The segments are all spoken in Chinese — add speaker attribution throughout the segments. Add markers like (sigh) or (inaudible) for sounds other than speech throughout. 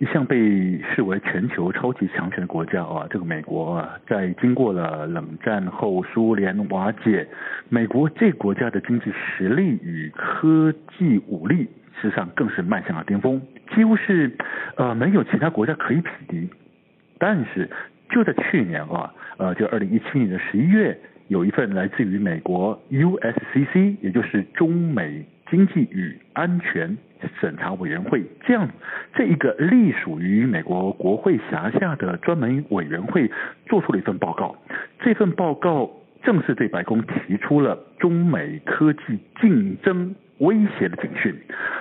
Speaker 1: 一向被视为全球超级强权的国家啊，这个美国啊，在经过了冷战后苏联瓦解，美国这国家的经济实力与科技武力，实际上更是迈向了巅峰，几乎是呃没有其他国家可以匹敌。但是就在去年啊，呃，就二零一七年的十一月，有一份来自于美国 USCC，也就是中美经济与安全。审查委员会这样这一个隶属于美国国会辖下的专门委员会做出了一份报告，这份报告正式对白宫提出了中美科技竞争威胁的警讯。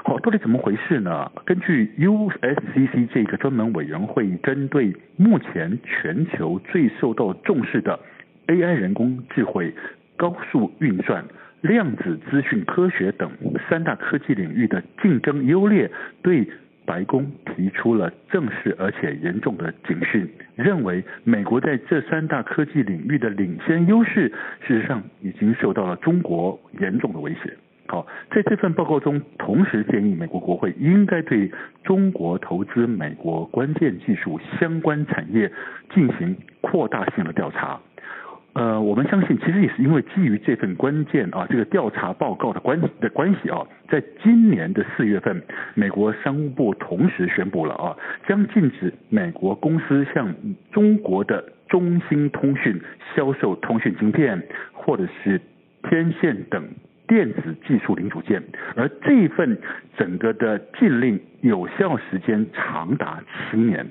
Speaker 1: 好、哦，到底怎么回事呢？根据 USCC 这个专门委员会针对目前全球最受到重视的 AI 人工智慧、高速运算。量子资讯科学等三大科技领域的竞争优劣，对白宫提出了正式而且严重的警讯，认为美国在这三大科技领域的领先优势，事实上已经受到了中国严重的威胁。好，在这份报告中，同时建议美国国会应该对中国投资美国关键技术相关产业进行扩大性的调查。呃，我们相信，其实也是因为基于这份关键啊，这个调查报告的关的关系啊，在今年的四月份，美国商务部同时宣布了啊，将禁止美国公司向中国的中兴通讯销售通讯晶片或者是天线等电子技术零组件，而这份整个的禁令有效时间长达七年。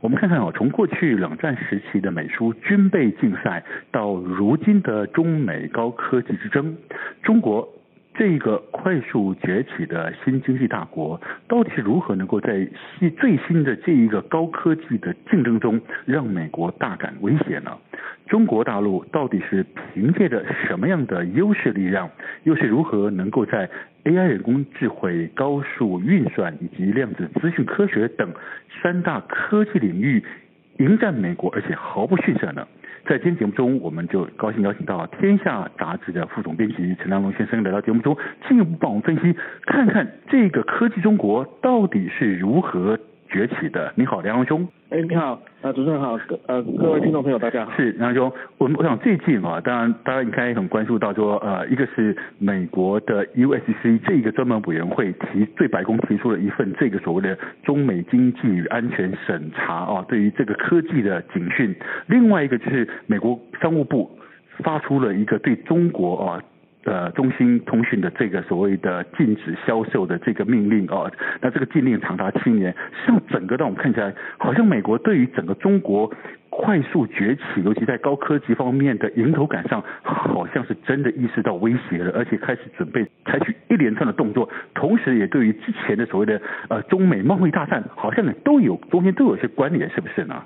Speaker 1: 我们看看啊，从过去冷战时期的美苏军备竞赛，到如今的中美高科技之争，中国这个快速崛起的新经济大国，到底是如何能够在新最新的这一个高科技的竞争中，让美国大感威胁呢？中国大陆到底是凭借着什么样的优势力量，又是如何能够在 AI 人工智慧、高速运算以及量子资讯科学等三大科技领域迎战美国，而且毫不逊色呢？在今天节目中，我们就高兴邀请到《天下》杂志的副总编辑陈良龙先生来到节目中，进一步帮我们分析，看看这个科技中国到底是如何。崛起的，你好，梁荣兄。
Speaker 2: 哎，你好，啊，主持人好，呃，各位听众朋友，大家好。
Speaker 1: 是梁荣兄，我们我想最近啊，当然大家应该很关注到说，呃，一个是美国的 USC 这个专门委员会提对白宫提出了一份这个所谓的中美经济与安全审查啊，对于这个科技的警讯；另外一个就是美国商务部发出了一个对中国啊。呃，中兴通讯的这个所谓的禁止销售的这个命令啊、哦，那这个禁令长达七年，实际上整个让我们看起来，好像美国对于整个中国快速崛起，尤其在高科技方面的迎头赶上，好像是真的意识到威胁了，而且开始准备采取一连串的动作，同时也对于之前的所谓的呃中美贸易大战，好像都有中间都有些关联，是不是呢？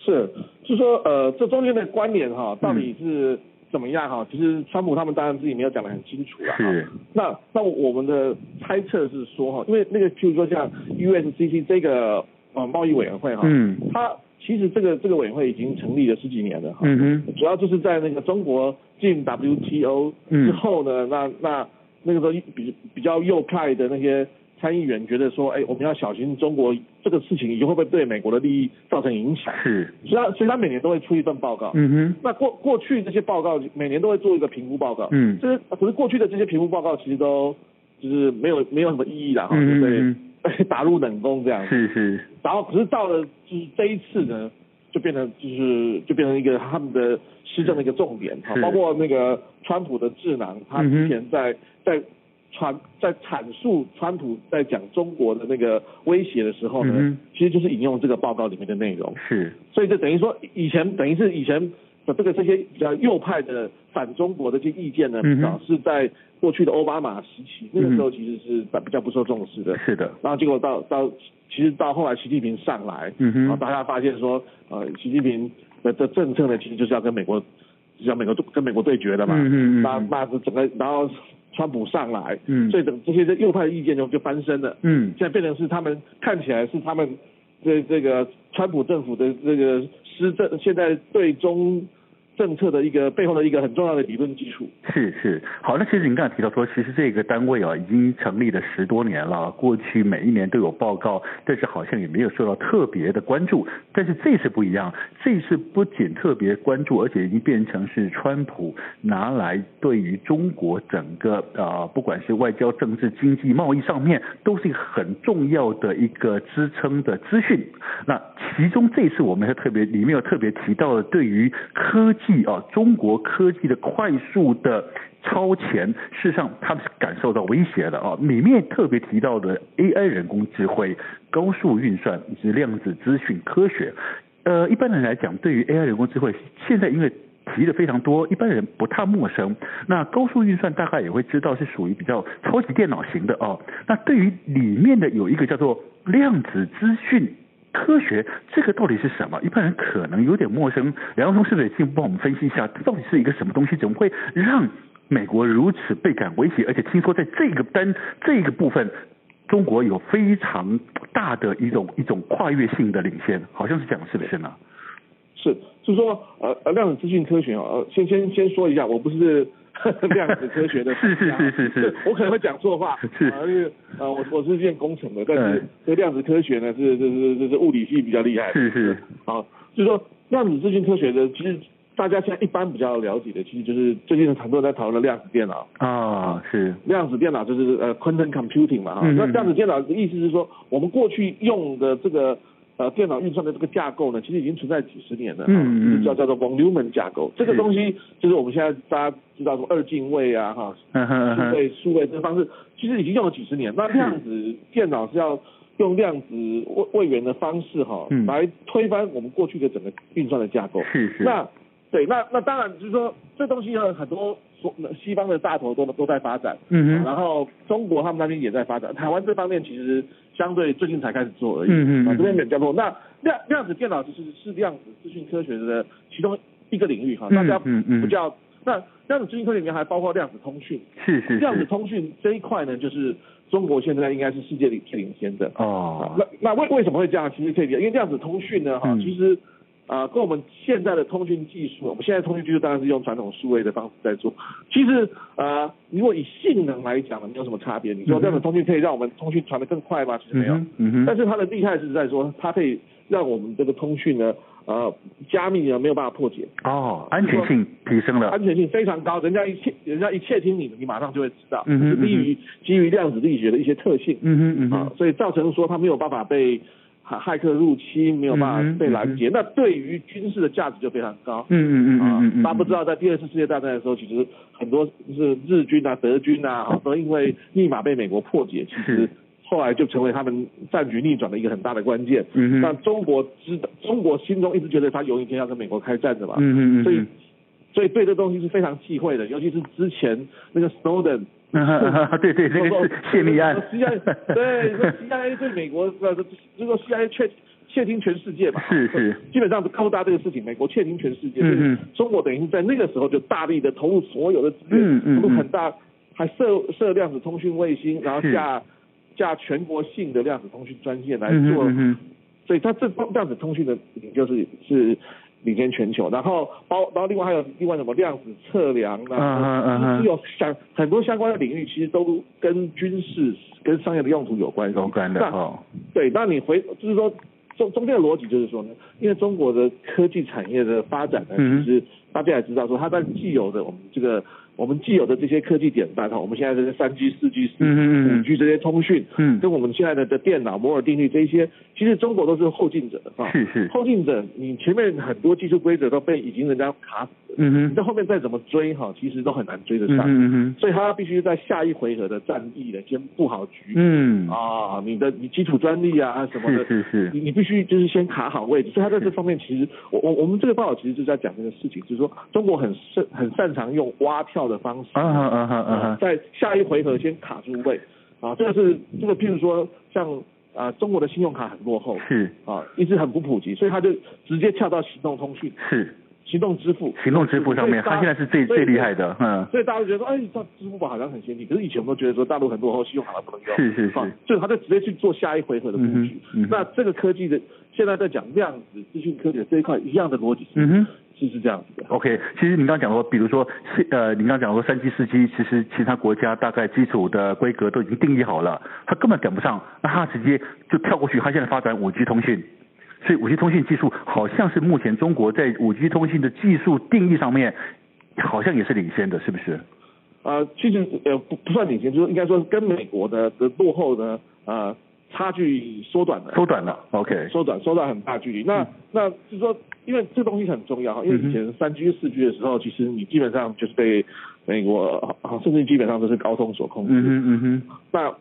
Speaker 2: 是，就说呃这中间的关联哈、哦，到底是。嗯怎么样哈？其实川普他们当然自己没有讲得很清楚啦。
Speaker 1: 是。
Speaker 2: 那那我们的猜测是说哈，因为那个譬如说像 USCC 这个呃贸易委员会哈，嗯，它其实这个这个委员会已经成立了十几年了哈。
Speaker 1: 嗯哼。
Speaker 2: 主要就是在那个中国进 WTO 之后呢，嗯、那那那个时候比比较右派的那些参议员觉得说，哎，我们要小心中国这个事情以后会不会对美国的利益造成影响？
Speaker 1: 是。
Speaker 2: 所以他所以他每年都会出一份报告。
Speaker 1: 嗯哼。
Speaker 2: 那过过去这些报告每年都会做一个评估报告。
Speaker 1: 嗯。
Speaker 2: 这可是过去的这些评估报告其实都就是没有没有什么意义的哈，
Speaker 1: 嗯
Speaker 2: (laughs) 对不对？打入冷宫这样。
Speaker 1: 是是。
Speaker 2: 然后可是到了就是这一次呢，就变成就是就变成一个他们的施政的一个重点哈
Speaker 1: 是，
Speaker 2: 包括那个川普的智囊，他
Speaker 1: 嗯哼
Speaker 2: 之前在、在传在阐述川普在讲中国的那个威胁的时候呢，
Speaker 1: 嗯哼
Speaker 2: 其实就是引用这个报告里面的内容，
Speaker 1: 是，
Speaker 2: 所以就等于说以前等于是以前的这个这些比较右派的反中国的这些意见呢，
Speaker 1: 嗯哼
Speaker 2: 啊是在过去的奥巴马时期，那个时候其实是比较不受重视的，
Speaker 1: 是的，
Speaker 2: 然后结果到到其实到后来习近平上来，
Speaker 1: 嗯哼
Speaker 2: 然后大家发现说，呃，习近平的的政策呢，其实就是要跟美国，就是要美国跟美国对决的嘛，
Speaker 1: 嗯嗯嗯
Speaker 2: 那那整个然后川普上来，
Speaker 1: 嗯
Speaker 2: 所以等这些右派的意见就就翻身了，
Speaker 1: 嗯
Speaker 2: 现在变成是他们看起来是他们这这个川普政府的这个施政，现在对中政策的一个背后的一个很重要的理论基础，
Speaker 1: 是是，好，那其实您刚才提到说，其实这个单位啊已经成立了十多年了，过去每一年都有报告，但是好像也没有受到特别的关注。但是这次不一样，这次不仅特别关注，而且已经变成是川普拿来对于中国整个呃，不管是外交、政治、经济、贸易上面，都是一个很重要的一个支撑的资讯。那其中这次我们还特别里面有特别提到了对于科技啊，中国科技的快速的超前，事实上他们是感受到威胁的啊。里面特别提到的 AI 人工智慧、高速运算以及量子资讯科学，呃，一般人来讲，对于 AI 人工智慧，现在因为提的非常多，一般人不太陌生。那高速运算大概也会知道是属于比较超级电脑型的哦。那对于里面的有一个叫做量子资讯科学，这个到底是什么？一般人可能有点陌生。梁耀忠是不是也请帮我们分析一下，这到底是一个什么东西？怎么会让美国如此倍感威胁？而且听说在这个单这个部分。中国有非常大的一种一种跨越性的领先，好像是这样，是不是呢？
Speaker 2: 是，就是说，呃呃，量子资讯科学哦，呃先先先说一下，我不是 (laughs) 量子科学的
Speaker 1: 是是
Speaker 2: 专家
Speaker 1: 是是是
Speaker 2: 我可能会讲错话，
Speaker 1: 是
Speaker 2: 啊因为呃，我我是练工程的，但是
Speaker 1: 嗯
Speaker 2: 这量子科学呢，是是是是是物理系比较厉害的，
Speaker 1: 是是
Speaker 2: 啊，就是说量子资讯科学的，其实大家现在一般比较了解的，其实就是最近很多人在讨论的量子电脑，
Speaker 1: 啊，是，
Speaker 2: 量子电脑就是呃 quantum computing 嘛哈、
Speaker 1: 嗯嗯嗯
Speaker 2: 那量子电脑的意思是说，我们过去用的这个呃电脑运算的这个架构呢，其实已经存在几十年了，哈
Speaker 1: 嗯嗯嗯
Speaker 2: 就叫叫做 von Neumann 架构。这个东西就是我们现在大家知道什么二进位啊哈，
Speaker 1: 嗯哼嗯
Speaker 2: 数
Speaker 1: 哼，
Speaker 2: 位数位这方式，其实已经用了几十年。那量子电脑是要用量子位位元的方式哈、
Speaker 1: 嗯
Speaker 2: 来推翻我们过去的整个运算的架构。
Speaker 1: 是是，
Speaker 2: 那对，那那当然就是说，这东西呢，很多所西方的大头都都在发展，
Speaker 1: 嗯哼
Speaker 2: 然后中国他们那边也在发展，台湾这方面其实相对最近才开始做而
Speaker 1: 嗯
Speaker 2: 已，
Speaker 1: 嗯嗯
Speaker 2: 啊这边比较多。那量量子电脑就是是量子资讯科学的其中一个领域哈，
Speaker 1: 嗯
Speaker 2: 大家
Speaker 1: 嗯嗯
Speaker 2: 比较那量子资讯科学里面还包括量子通讯，
Speaker 1: 是是
Speaker 2: 量子
Speaker 1: 是，
Speaker 2: 通讯这一块呢，就是中国现在应该是世界领领先的，
Speaker 1: 哦，
Speaker 2: 那那为为什么会这样？其实可以理解，因为量子通讯呢，哈、
Speaker 1: 嗯
Speaker 2: 其实啊、呃跟我们现在的通讯技术，我们现在通讯技术当然是用传统数位的方式在做。其实呃，如果以性能来讲呢，没有什么差别。你说
Speaker 1: 嗯哼
Speaker 2: 量子通讯可以让我们通讯传得更快吗？其实没有。
Speaker 1: 嗯哼嗯
Speaker 2: 但
Speaker 1: 哼，
Speaker 2: 是它的厉害是在说，它可以让我们这个通讯呢，呃，加密呢没有办法破解，
Speaker 1: 哦，安全性提升了
Speaker 2: 安，全性非常高，人家一窃，人家一窃听你，你马上就会知道，
Speaker 1: 嗯哼
Speaker 2: 是基于基于量子力学的一些特性。
Speaker 1: 嗯哼嗯
Speaker 2: 啊
Speaker 1: 哼，，
Speaker 2: 所以造成说他没有办法被骇骇客入侵，没有办
Speaker 1: 嗯哼
Speaker 2: 法被拦截。那对于军事的价值就非常高。
Speaker 1: 嗯嗯嗯
Speaker 2: 啊
Speaker 1: 嗯嗯，，
Speaker 2: 大家不知道，在第二次世界大战的时候，其实很多是日军啊、德军啊，
Speaker 1: (laughs)
Speaker 2: 啊都因为密码被美国破解，其
Speaker 1: 是
Speaker 2: 实后来就成为他们战局逆转的一个很大的关键。
Speaker 1: 嗯
Speaker 2: 那
Speaker 1: 哼，
Speaker 2: 中国知道，中国心中一直觉得他有一天要跟美国开战的嘛，
Speaker 1: 嗯嗯嗯，
Speaker 2: 所 (laughs) 以所以对这东西是非常忌讳的，尤其是之前那个 Snowden
Speaker 1: (laughs) 对
Speaker 2: (laughs)
Speaker 1: 对，这个是泄密案，
Speaker 2: CIA
Speaker 1: (laughs)
Speaker 2: 对，说 CIA 对美国呃，就是说 CIA 窃窃听全世界吧，
Speaker 1: 是是，
Speaker 2: 基本上是告诉大家这个事情，美国窃听全世界，
Speaker 1: 嗯
Speaker 2: 所以
Speaker 1: 嗯
Speaker 2: 中国等于是在那个时候就大力的投入所有的资源，
Speaker 1: 嗯嗯
Speaker 2: 投入很
Speaker 1: 嗯
Speaker 2: 大，还设设量子通讯卫星，然后
Speaker 1: 是
Speaker 2: 架架全国性的量子通讯专线来
Speaker 1: 嗯
Speaker 2: 做，
Speaker 1: 嗯嗯，
Speaker 2: 所以它这方量子通讯的领就是是领先全球，然后包然后另外还有另外什么量子测量
Speaker 1: 嗯嗯嗯
Speaker 2: 啊，
Speaker 1: 嗯
Speaker 2: 就是有相很多相关的领域，其实都跟军事跟商业的用途有关系。
Speaker 1: 有关的
Speaker 2: 那
Speaker 1: 哦，
Speaker 2: 对，那你回就是说中中间的逻辑就是说呢，因为中国的科技产业的发展呢，
Speaker 1: 嗯
Speaker 2: 其实大家也知道说它在既有的我们这个我们既有的这些科技典范哈，我们现在这些三 G、四 G、四
Speaker 1: 嗯嗯
Speaker 2: 五
Speaker 1: 嗯
Speaker 2: G 这些通讯，
Speaker 1: 嗯
Speaker 2: 跟我们现在的的电脑摩尔定律这一些，其实中国都是后进者哈。
Speaker 1: 是是
Speaker 2: 后进者，你前面很多技术规则都被已经人家卡死了，
Speaker 1: 嗯
Speaker 2: 你
Speaker 1: 哼，
Speaker 2: 在后面再怎么追哈，其实都很难追得
Speaker 1: 嗯
Speaker 2: 上。
Speaker 1: 哼嗯哼，
Speaker 2: 所以他必须在下一回合的战役呢，先布好局、
Speaker 1: 嗯，
Speaker 2: 啊，你的你基础专利啊什么的
Speaker 1: 是，是是，
Speaker 2: 你你必须就是先卡好位置，所以他在这方面其实，我我我们这个报道其实就是在讲这个事情，就是说中国很擅很擅长用蛙跳的方式，
Speaker 1: 啊哈啊哈啊
Speaker 2: 呃
Speaker 1: 哈，
Speaker 2: 在下一回合先卡住位，啊，这个是这个譬如说像啊、中国的信用卡很落后，
Speaker 1: 是
Speaker 2: 啊一直很不普及，所以他就直接跳到行动通讯、
Speaker 1: 是，
Speaker 2: 行动支付、
Speaker 1: 行动支付上面，
Speaker 2: 所以
Speaker 1: 它
Speaker 2: 大
Speaker 1: 现在是最
Speaker 2: 所以
Speaker 1: 最厉害的，嗯，
Speaker 2: 所以大家就觉得说，哎，这支付宝好像很先进，可是以前我们都觉得说大陆很落后，信用卡它不能用，
Speaker 1: 是是是
Speaker 2: 啊，就是他就直接去做下一回合的布局。
Speaker 1: 嗯哼嗯哼
Speaker 2: 那这个科技的现在在讲量子资讯科技的这一块一样的逻辑是、
Speaker 1: 嗯哼。
Speaker 2: 是是这样子的。
Speaker 1: OK，其实您刚讲过，比如说，呃，您刚讲过三 G、四 G，其实其他国家大概基础的规格都已经定义好了，它根本赶不上，那它直接就跳过去，它现在发展五 G 通讯，所以五 G 通讯技术好像是目前中国在五 G 通讯的技术定义上面，好像也是领先的，是不是？
Speaker 2: 呃，其实呃不不算领先，就是应该说跟美国的的落后呢，呃，差距缩短了。
Speaker 1: 缩短嗯了，OK，
Speaker 2: 缩短缩短很大距离。那、那就是说，因为这东西很重要，因为以
Speaker 1: 嗯
Speaker 2: 前三 G、四 G 的时候，其实你基本上就是被美国，啊甚至基本上都是高通所控制。
Speaker 1: 嗯哼嗯哼，
Speaker 2: 那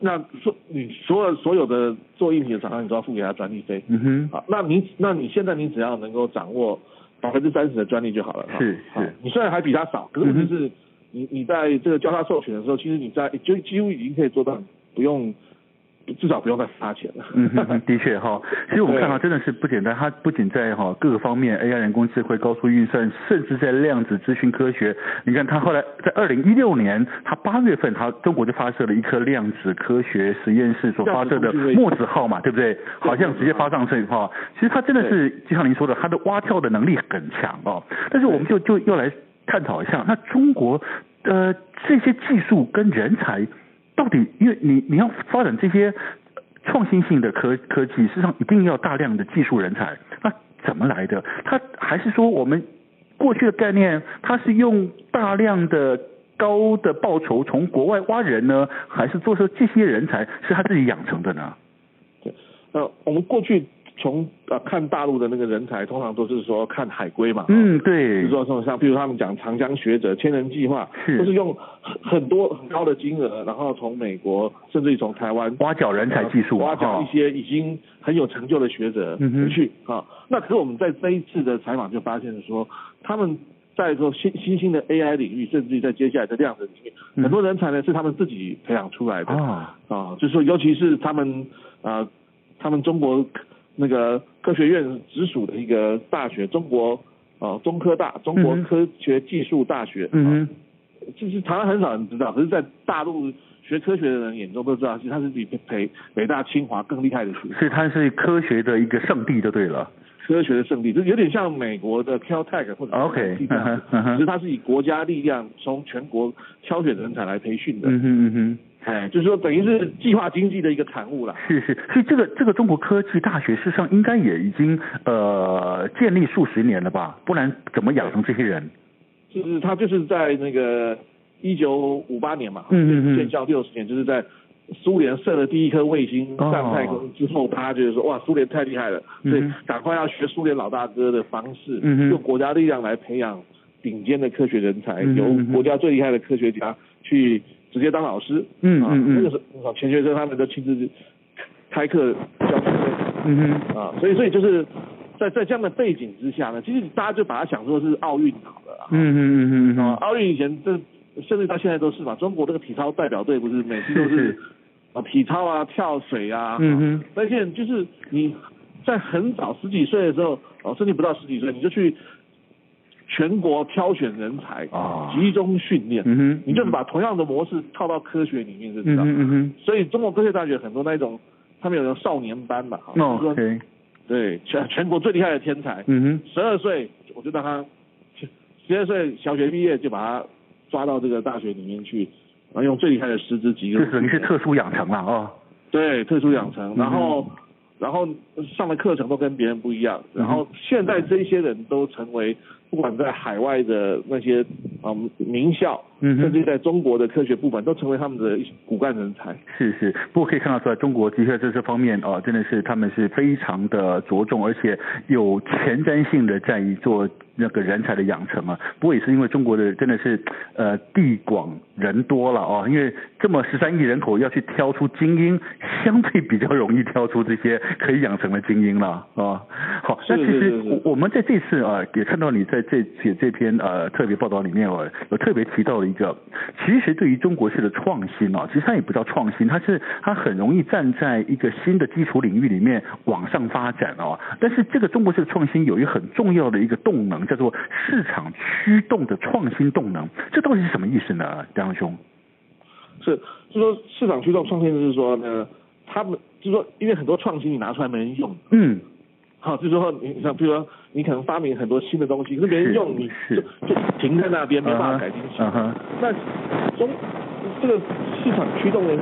Speaker 2: 那所你所有所有的做硬体的厂商，你都要付给他专利费。
Speaker 1: 嗯哼，
Speaker 2: 好，啊那你那你现在你只要能够掌握百分之三十的专利就好了。哈
Speaker 1: 是
Speaker 2: 好
Speaker 1: 是嗯
Speaker 2: 你虽然还比他少，可是问题是，你你在这个交叉授权的时候，其实你在就几乎已经可以做到不用，至少不用再花钱了。
Speaker 1: 嗯哼
Speaker 2: (laughs)
Speaker 1: 哼，的确哈，其实我们
Speaker 2: 对
Speaker 1: 看到真的是不简单，它不仅在哈各个方面，AI 人工智慧、高速运算，甚至在量子资讯科学。你看它后来在二零一六年，它八月份，它中国就发射了一颗量子科学实验室所发射的
Speaker 2: 量子通讯卫星
Speaker 1: 墨子号嘛，对不对？好像直接发上去哈。其实它真的是就像您说的，它的蛙跳的能力很强哦。但是我们就就要来探讨一下，那中国呃这些技术跟人才到底，因为你你要发展这些呃创新性的科科技，事实上一定要大量的技术人才，那怎么来的？它还是说我们过去的概念，它是用大量的。高的报酬从国外挖人呢，还是做出这些人才是他自己养成的呢？
Speaker 2: 呃，我们过去从呃看大陆的那个人才，通常都是说看海归嘛，
Speaker 1: 嗯，
Speaker 2: 比
Speaker 1: 对，
Speaker 2: 如说像像，比如他们讲长江学者、千人计划，
Speaker 1: 是
Speaker 2: 都是用很很多很高的金额，然后从美国甚至于从台湾
Speaker 1: 挖角人才技术嘛，
Speaker 2: 挖角
Speaker 1: 哈
Speaker 2: 啊一些已经很有成就的学者
Speaker 1: 嗯哼
Speaker 2: 回去啊、那可是我们在这一次的采访就发现说，他们在说新新兴的 AI 领域，甚至于在接下来的量子领域，
Speaker 1: 嗯
Speaker 2: 很多人才呢是他们自己培养出来的。
Speaker 1: 啊，
Speaker 2: 啊，就是说，尤其是他们呃，他们中国那个科学院直属的一个大学，中国呃中科大，中国
Speaker 1: 嗯哼
Speaker 2: 科学技术大学，
Speaker 1: 嗯
Speaker 2: 啊，就是台湾很少人知道，可是，在大陆学科学的人眼中都知道，其实他是比北北大、清华更厉害的学
Speaker 1: 哼，所以它是科学的一个圣地就对了。
Speaker 2: 科学的圣地，就有点像美国的 Caltech 或者
Speaker 1: OK，
Speaker 2: MIT 这样子
Speaker 1: 嗯哼嗯哼
Speaker 2: 只是它是以国家力量从全国挑选人才来培训的，
Speaker 1: 嗯哼嗯哼。
Speaker 2: 哎，就是说等于是计划经济的一个产物啦。
Speaker 1: 是是，所以这个这个中国科技大学事实上应该也已经呃建立数十年了吧，不然怎么养成这些人？
Speaker 2: 就是他就是在那个一九五八年嘛，
Speaker 1: 嗯嗯嗯
Speaker 2: 建校六十年，就是在苏联射了第一颗卫星
Speaker 1: 哦
Speaker 2: 上太空之后，他觉得说哇，苏联太厉害了，
Speaker 1: 嗯
Speaker 2: 所
Speaker 1: 哼
Speaker 2: 以赶快要学苏联老大哥的方式，
Speaker 1: 嗯哼
Speaker 2: 用国家力量来培养顶尖的科学人才，
Speaker 1: 嗯哼
Speaker 2: 由
Speaker 1: 嗯哼
Speaker 2: 国家最厉害的科学家去直接当老师。
Speaker 1: 嗯
Speaker 2: 啊
Speaker 1: 嗯嗯
Speaker 2: 那个时候钱学森他们都亲自开课教学生。
Speaker 1: 嗯哼，
Speaker 2: 啊，所以所以就是在在这样的背景之下呢，其实大家就把它想作是奥运好了啊。
Speaker 1: 嗯哼嗯哼嗯
Speaker 2: 啊，
Speaker 1: 哼，
Speaker 2: 奥运以前这甚至到现在都是嘛，中国这个体操代表队不是每次都
Speaker 1: 是
Speaker 2: 是
Speaker 1: 是
Speaker 2: 啊体操啊、跳水啊，
Speaker 1: 嗯哼
Speaker 2: 那些人就是你在很早十几岁的时候，哦，甚至不到十几岁，你就去全国挑选人才，
Speaker 1: 啊
Speaker 2: 集中训练，
Speaker 1: 嗯哼
Speaker 2: 你就是把同样的模式套到科学里面就知
Speaker 1: 嗯
Speaker 2: 道。
Speaker 1: 哼嗯哼，
Speaker 2: 所以中国科学大学很多那种，他们有那种少年班嘛，啊
Speaker 1: 那
Speaker 2: 就是说
Speaker 1: 哦 OK，
Speaker 2: 对，全全国最厉害的天才，
Speaker 1: 嗯
Speaker 2: 十二岁我就让他，十二岁小学毕业就把他抓到这个大学里面去，然后用最厉害的师资集
Speaker 1: 哼，
Speaker 2: 中
Speaker 1: 就，等于是嗯特殊养成了啊。
Speaker 2: 对特殊养成，然后、
Speaker 1: 嗯
Speaker 2: 然后上的课程都跟别人不一样，然后现在这些人都成为不管在海外的那些嗯名校，
Speaker 1: 嗯哼
Speaker 2: 甚至在中国的科学部门，都成为他们的骨干人才。
Speaker 1: 是是，不过可以看得出来，中国的确在这方面啊、呃真的是他们是非常的着重，而且有前瞻性的在于做那个人才的养成啊。不过也是因为中国的真的是呃地广人多了哦，因为这么十三亿人口要去挑出精英，相对比较容易挑出这些可以养成的精英了啊、哦好，那其
Speaker 2: 是是
Speaker 1: 实
Speaker 2: 是是
Speaker 1: 我我们在这次啊、呃也看到你在这这这篇呃特别报道里面哦，有特别提到了一个，其实对于中国式的创新哦，其实它也不叫创新，它是它很容易站在一个新的基础领域里面往上发展哦。但是这个中国式的创新有一个很重要的一个动能，叫做市场驱动的创新动能，这到底是什么意思呢，梁兄？
Speaker 2: 是，就说市场驱动创新，就是说呢，他们就说因为很多创新你拿出来没人用，
Speaker 1: 嗯，
Speaker 2: 好，就是说你像比如说你可能发明很多新的东西，可是没
Speaker 1: 是
Speaker 2: 人用，你
Speaker 1: 是
Speaker 2: 就就停在那边没办法改进去。
Speaker 1: 嗯哼，
Speaker 2: 那中这个市场驱动的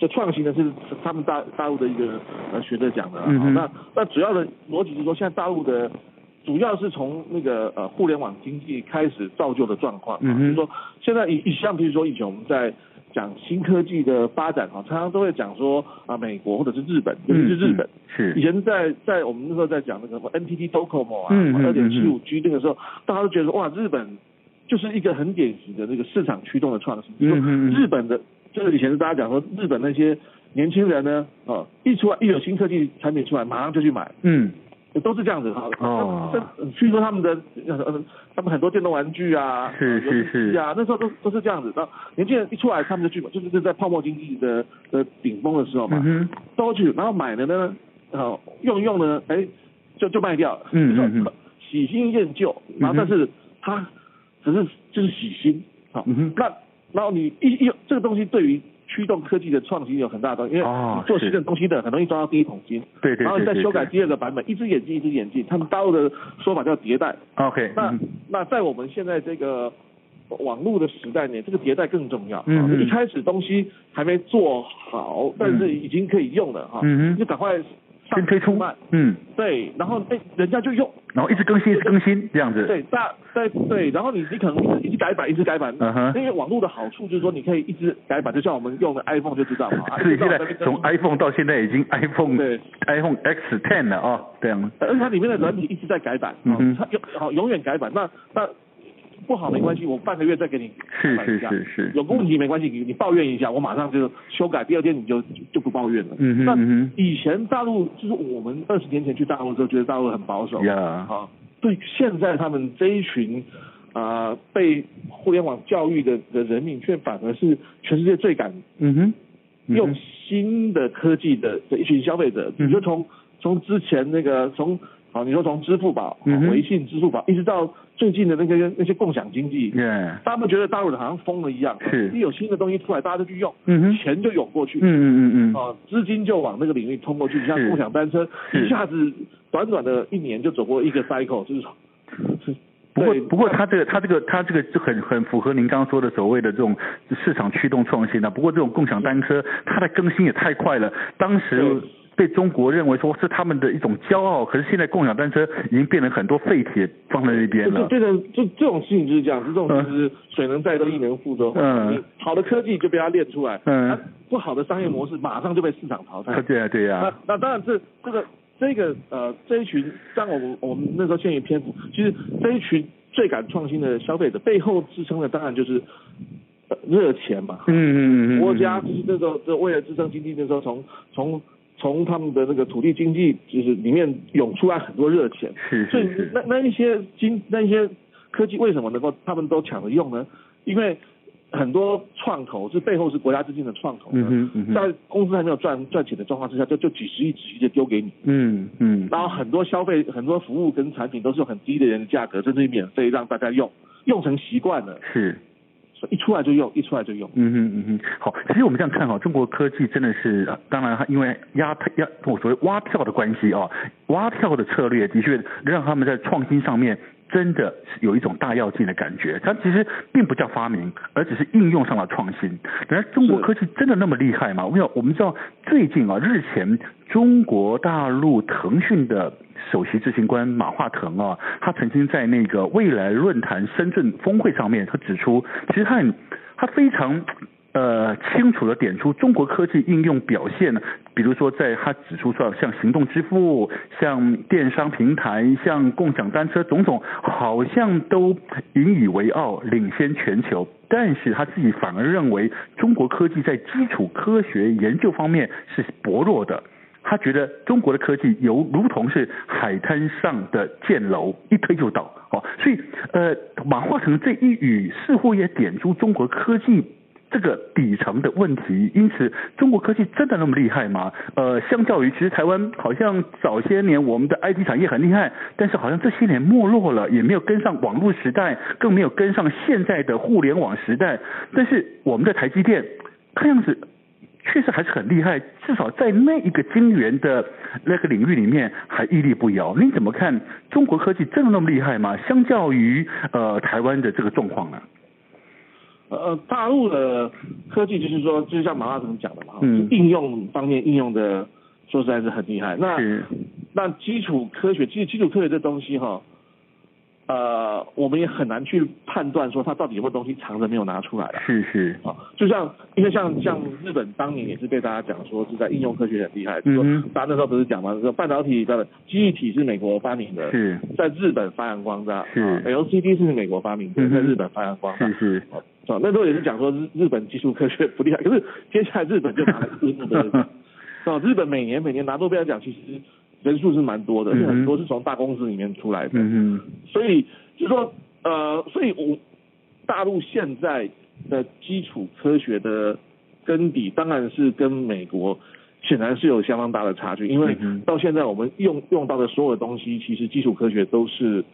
Speaker 2: 的创新呢，是他们大大陆的一个呃学者讲的啊。
Speaker 1: 嗯哼
Speaker 2: 那那主要的逻辑是说，现在大陆的主要是从那个呃互联网经济开始造就的状况、啊，
Speaker 1: 嗯哼
Speaker 2: 就是说现在以以像比如说以前我们在。讲新科技的发展啊，常常都会讲说啊，美国或者是日本，尤其是日本，
Speaker 1: 嗯是
Speaker 2: 以前在在我们那时候在讲那个什么 NTT Docomo 啊，
Speaker 1: 嗯嗯嗯
Speaker 2: 二点七五 G 那个时候，大家都觉得说哇，日本就是一个很典型的那个市场驱动的创新。就是说
Speaker 1: 嗯嗯嗯
Speaker 2: 日本的就是以前大家讲说日本那些年轻人呢，啊，一出来一有新科技产品出来，马上就去买，
Speaker 1: 嗯
Speaker 2: 都是这样子哈。
Speaker 1: 哦
Speaker 2: 那那据说他们的 (laughs) 呃，他们很多电动玩具啊，
Speaker 1: 是
Speaker 2: 呃游戏
Speaker 1: 是
Speaker 2: 机啊，那时候都都是这样子。那年轻人一出来，他们就去买，就是就是在泡沫经济的的顶峰的时候嘛。
Speaker 1: 嗯哼，
Speaker 2: 都去，然后买了呢，呃，用一用呢，哎，就就卖掉了，
Speaker 1: 嗯嗯嗯，
Speaker 2: 喜新厌旧，然后
Speaker 1: 嗯哼
Speaker 2: 但是它只是就是喜新，好，
Speaker 1: 嗯哼
Speaker 2: 那然后你一一这个东西对于驱动科技的创新有很大的东西，因为
Speaker 1: 哦
Speaker 2: 你做
Speaker 1: 是
Speaker 2: 新的东西的很容易抓到第一桶金，
Speaker 1: 对对
Speaker 2: 然后
Speaker 1: 对
Speaker 2: 你再
Speaker 1: 对
Speaker 2: 修改
Speaker 1: 对
Speaker 2: 第二个版本，一只眼睛一只眼睛，他们大陆的说法叫迭代，
Speaker 1: ，OK，
Speaker 2: 那
Speaker 1: 嗯
Speaker 2: 那在我们现在这个网络的时代呢，这个迭代更重要。
Speaker 1: 嗯
Speaker 2: 啊
Speaker 1: 嗯
Speaker 2: 一开始东西还没做好，但是已经可以用了哈，
Speaker 1: 嗯哼
Speaker 2: 就赶快上
Speaker 1: 先推出
Speaker 2: 卖，
Speaker 1: 嗯，
Speaker 2: 对，然后哎、人家就用，
Speaker 1: 然后一直更新，一直更新，这样子，
Speaker 2: 对，大对对，然后你你可能一直改版，一直改版，
Speaker 1: 嗯哼
Speaker 2: 因为网络的好处就是说你可以一直改版，就像我们用的 iPhone 就知
Speaker 1: (laughs)
Speaker 2: 道嘛，啊
Speaker 1: 所以现在
Speaker 2: 一直到
Speaker 1: 从 iPhone 到现在已经 iPhone
Speaker 2: 对
Speaker 1: iPhone X Ten 了啊、哦，这样
Speaker 2: 而且它里面的软体一直在改版，
Speaker 1: 嗯
Speaker 2: 啊
Speaker 1: 哼
Speaker 2: 它永好永远改版，那那不好没关系，我半个月再给你
Speaker 1: 是
Speaker 2: 改版一下
Speaker 1: 是是是
Speaker 2: 有问题没关系，你你抱怨一下，我马上就修改，第二天你就就就不抱怨了。
Speaker 1: 嗯哼
Speaker 2: 那
Speaker 1: 嗯哼
Speaker 2: 以前大陆就是我们二十年前去大陆的时候，觉得大陆很保守，
Speaker 1: 呀，
Speaker 2: 啊，对，现在他们这一群啊、呃被互联网教育的的人民，却反而是全世界最敢
Speaker 1: 嗯哼，嗯哼
Speaker 2: 用新的科技的的一群消费者，
Speaker 1: 嗯
Speaker 2: 你就从从之前那个从好，你说从支付宝、
Speaker 1: 嗯
Speaker 2: 啊
Speaker 1: 哼
Speaker 2: 微信、支付宝，一直到最近的那个那些共享经济，
Speaker 1: 耶，
Speaker 2: 他们觉得大陆人好像疯了一样，
Speaker 1: 是
Speaker 2: 一有新的东西出来，大家就去用，
Speaker 1: 嗯哼
Speaker 2: 钱就涌过去，
Speaker 1: 嗯嗯嗯嗯，
Speaker 2: 啊，资金就往那个领域通过去，像
Speaker 1: 是
Speaker 2: 共享单车，
Speaker 1: 是
Speaker 2: 一下子短短的一年就走过一个 cycle，就是说是
Speaker 1: 不过
Speaker 2: 对
Speaker 1: 不过他这个他这个他这个就很很符合您刚刚说的所谓的这种市场驱动创新啊。不过这种共享单车，它的更新也太快了，当时
Speaker 2: 对。
Speaker 1: 被中国认为说是他们的一种骄傲，可是现在共享单车已经变成很多废铁放在那边
Speaker 2: 就
Speaker 1: 了。
Speaker 2: 变成就这种事情就是这样，这种就是水能载舟亦能覆舟。
Speaker 1: 嗯
Speaker 2: 你好的科技就被它练出来，
Speaker 1: 嗯
Speaker 2: 啊不好的商业模式马上就被市场淘汰。
Speaker 1: 对呀对啊呀
Speaker 2: 那，那当然这这个这个呃这一群，像我们我们那时候限于篇幅，其实这一群最敢创新的消费者背后支撑的当然就是呃热钱嘛，
Speaker 1: 嗯嗯嗯嗯，
Speaker 2: 国家就是那时候，就为了支撑经济那时候从，从从他们的那个土地经济，就是里面涌出来很多热钱，
Speaker 1: 是
Speaker 2: 所以
Speaker 1: 是是
Speaker 2: 那那一些经那一些科技为什么能够他们都抢着用呢？因为很多创投是背后是国家资金的创投呢，
Speaker 1: 嗯哼嗯哼
Speaker 2: 在公司还没有赚赚钱的状况之下，就就几十亿几十亿的丢给你，
Speaker 1: 嗯嗯，
Speaker 2: 然后很多消费很多服务跟产品都是用很低的人的价格，甚至于免费让大家用，用成习惯了，
Speaker 1: 是。
Speaker 2: 所以一出来就用，一出来就用。
Speaker 1: 嗯哼嗯哼，好，其实我们这样看哈，中国科技真的是，呃当然它因为压压我所谓蛙跳的关系啊，蛙跳的策略的确让他们在创新上面真的有一种大跃进的感觉。它其实并不叫发明，而只是应用上的创新。然而，中国科技真的那么厉害吗？因为我们知道最近啊，日前中国大陆腾讯的。首席执行官马化腾啊，他曾经在那个未来论坛深圳峰会上面，他指出，其实他很他非常呃清楚的点出中国科技应用表现，比如说在他指出说像行动支付、像电商平台、像共享单车种种，好像都引以为傲，领先全球。但是他自己反而认为中国科技在基础科学研究方面是薄弱的。他觉得中国的科技犹如同是海滩上的箭楼，一推就倒哦。所以，呃，马化腾这一语似乎也点出中国科技这个底层的问题。因此，中国科技真的那么厉害吗？呃，相较于其实台湾好像早些年我们的 IT 产业很厉害，但是好像这些年没落了，也没有跟上网络时代，更没有跟上现在的互联网时代。但是我们的台积电，看样子。确实还是很厉害，至少在那一个晶圆的那个领域里面还屹立不摇。你怎么看中国科技真的那么厉害吗？相较于呃台湾的这个状况呢？
Speaker 2: 呃，大陆的科技就是说，就是像马化腾讲的嘛，
Speaker 1: 嗯
Speaker 2: 应用方面应用的说实在是很厉害。那
Speaker 1: 是
Speaker 2: 那基础科学，其实基础科学这东西哈，呃，我们也很难去判断说它到底有没有东西藏着没有拿出来啊。
Speaker 1: 是是，
Speaker 2: 啊，就像因为像像日本当年也是被大家讲说是在应用科学很厉害，就说
Speaker 1: 嗯哼
Speaker 2: 大家那时候不是讲嘛，说半导体的记忆体是美国发明的，
Speaker 1: 是
Speaker 2: 在日本发扬光大，
Speaker 1: 是
Speaker 2: 啊 LCD 是美国发明的，
Speaker 1: 嗯哼
Speaker 2: 在日本发扬光大
Speaker 1: 是。是，
Speaker 2: 哦啊，那时候也是讲说日日本技术科学不厉害，可是接下来日本就拿了一堆诺贝尔奖。哦，日本每年每年拿诺贝尔奖，其实人数是蛮多的，
Speaker 1: 嗯哼
Speaker 2: 有很多是从大公司里面出来的。
Speaker 1: 嗯
Speaker 2: 所以就说呃，所以我大陆现在的基础科学的根底，当然是跟美国显然是有相当大的差距，因为
Speaker 1: 嗯哼
Speaker 2: 到现在我们用用到的所有的东西，其实基础科学都是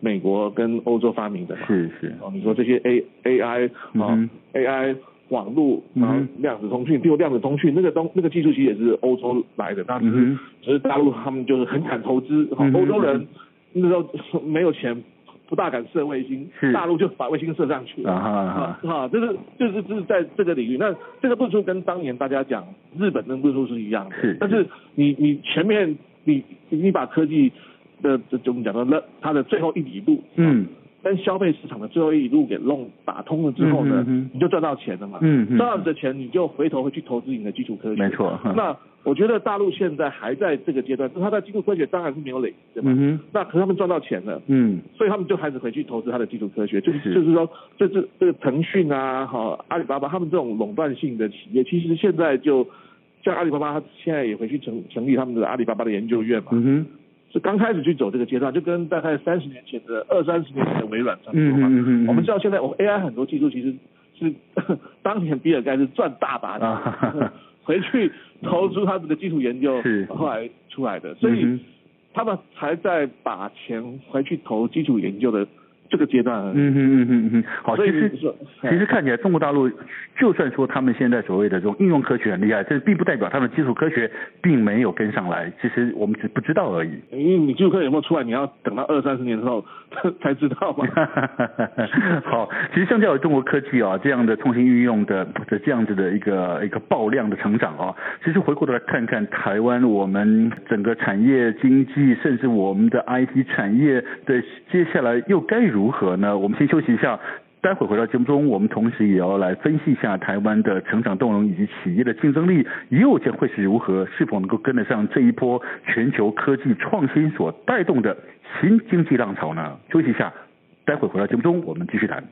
Speaker 2: 美国跟欧洲发明的嘛
Speaker 1: 哼，。是是，
Speaker 2: 哦，你说这些 A A I 啊、
Speaker 1: 嗯
Speaker 2: A I 网络，
Speaker 1: 嗯
Speaker 2: 然
Speaker 1: 哼
Speaker 2: 后量子通讯，比如量子通讯那个东那个技术其实也是欧洲来的，当时、
Speaker 1: 嗯哼
Speaker 2: 只是大陆他们就是很敢投资，哦
Speaker 1: 嗯哼
Speaker 2: 欧洲人那时候 (laughs) 没有钱，不大敢射卫星
Speaker 1: 是，
Speaker 2: 大陆就把卫星射上去了。
Speaker 1: 啊哈哈，
Speaker 2: 啊，这是就是就是在这个领域，那这个论述跟当年大家讲日本的论述是一样的，
Speaker 1: 是
Speaker 2: 但是你你前面你你把科技的这怎么讲呢？那它的最后一里路，
Speaker 1: 嗯
Speaker 2: 但消费市场的最后一路给弄打通了之后呢，
Speaker 1: 嗯哼嗯哼
Speaker 2: 你就赚到钱了嘛。
Speaker 1: 嗯嗯
Speaker 2: 赚到你的钱，你就回头会去投资你的基础科学。
Speaker 1: 没错嗯
Speaker 2: 那我觉得大陆现在还在这个阶段，它在基础科学当然是没有累积的嘛。
Speaker 1: 嗯哼
Speaker 2: 那可是他们赚到钱了。
Speaker 1: 嗯
Speaker 2: 所以他们就开始回去投资它的基础科学，就是
Speaker 1: 是
Speaker 2: 就是说，这这这个腾讯啊，哈阿里巴巴他们这种垄断性的企业，其实现在就像阿里巴巴，它现在也回去成成立他们的阿里巴巴的研究院嘛，
Speaker 1: 嗯哼
Speaker 2: 是刚开始去走这个阶段，就跟大概三十年前的二三十年前的微软差不多
Speaker 1: 嗯
Speaker 2: 嘛。
Speaker 1: 嗯嗯嗯
Speaker 2: 啊我们知道现在我们 AI 很多技术其实是 (laughs) 当年比尔盖茨赚大把的，
Speaker 1: 啊哈哈
Speaker 2: (laughs) 回去投出他们的基础研究，
Speaker 1: 是
Speaker 2: 后来出来的，所
Speaker 1: 嗯
Speaker 2: 以
Speaker 1: 哼
Speaker 2: 他们还在把钱回去投基础研究的这个阶段而已。
Speaker 1: 嗯哼嗯哼嗯哼，好，
Speaker 2: 所
Speaker 1: 其
Speaker 2: 以
Speaker 1: 实
Speaker 2: 你说
Speaker 1: 其实看起来中国大陆就算说他们现在所谓的这种应用科学很厉害，这并不代表他们基础科学并没有跟上来，其实我们只不知道而已。 (laughs)
Speaker 2: 因哎为你基础科学有没有出来，你要等到二三十年之后才知道嘛。
Speaker 1: 好，其实相较于中国科技啊这样的创新运用的的这样子的一个一个爆量的成长啊，其实回过头来看看台湾我们整个产业经济，甚至我们的 IT 产业的接下来又该如何呢？我们先休息一下。待会回到节目中，我们同时也要来分析一下台湾的成长动能以及企业的竞争力，又将会是如何，是否能够跟得上这一波全球科技创新所带动的新经济浪潮呢？休息一下，待会回到节目中，我们继续谈。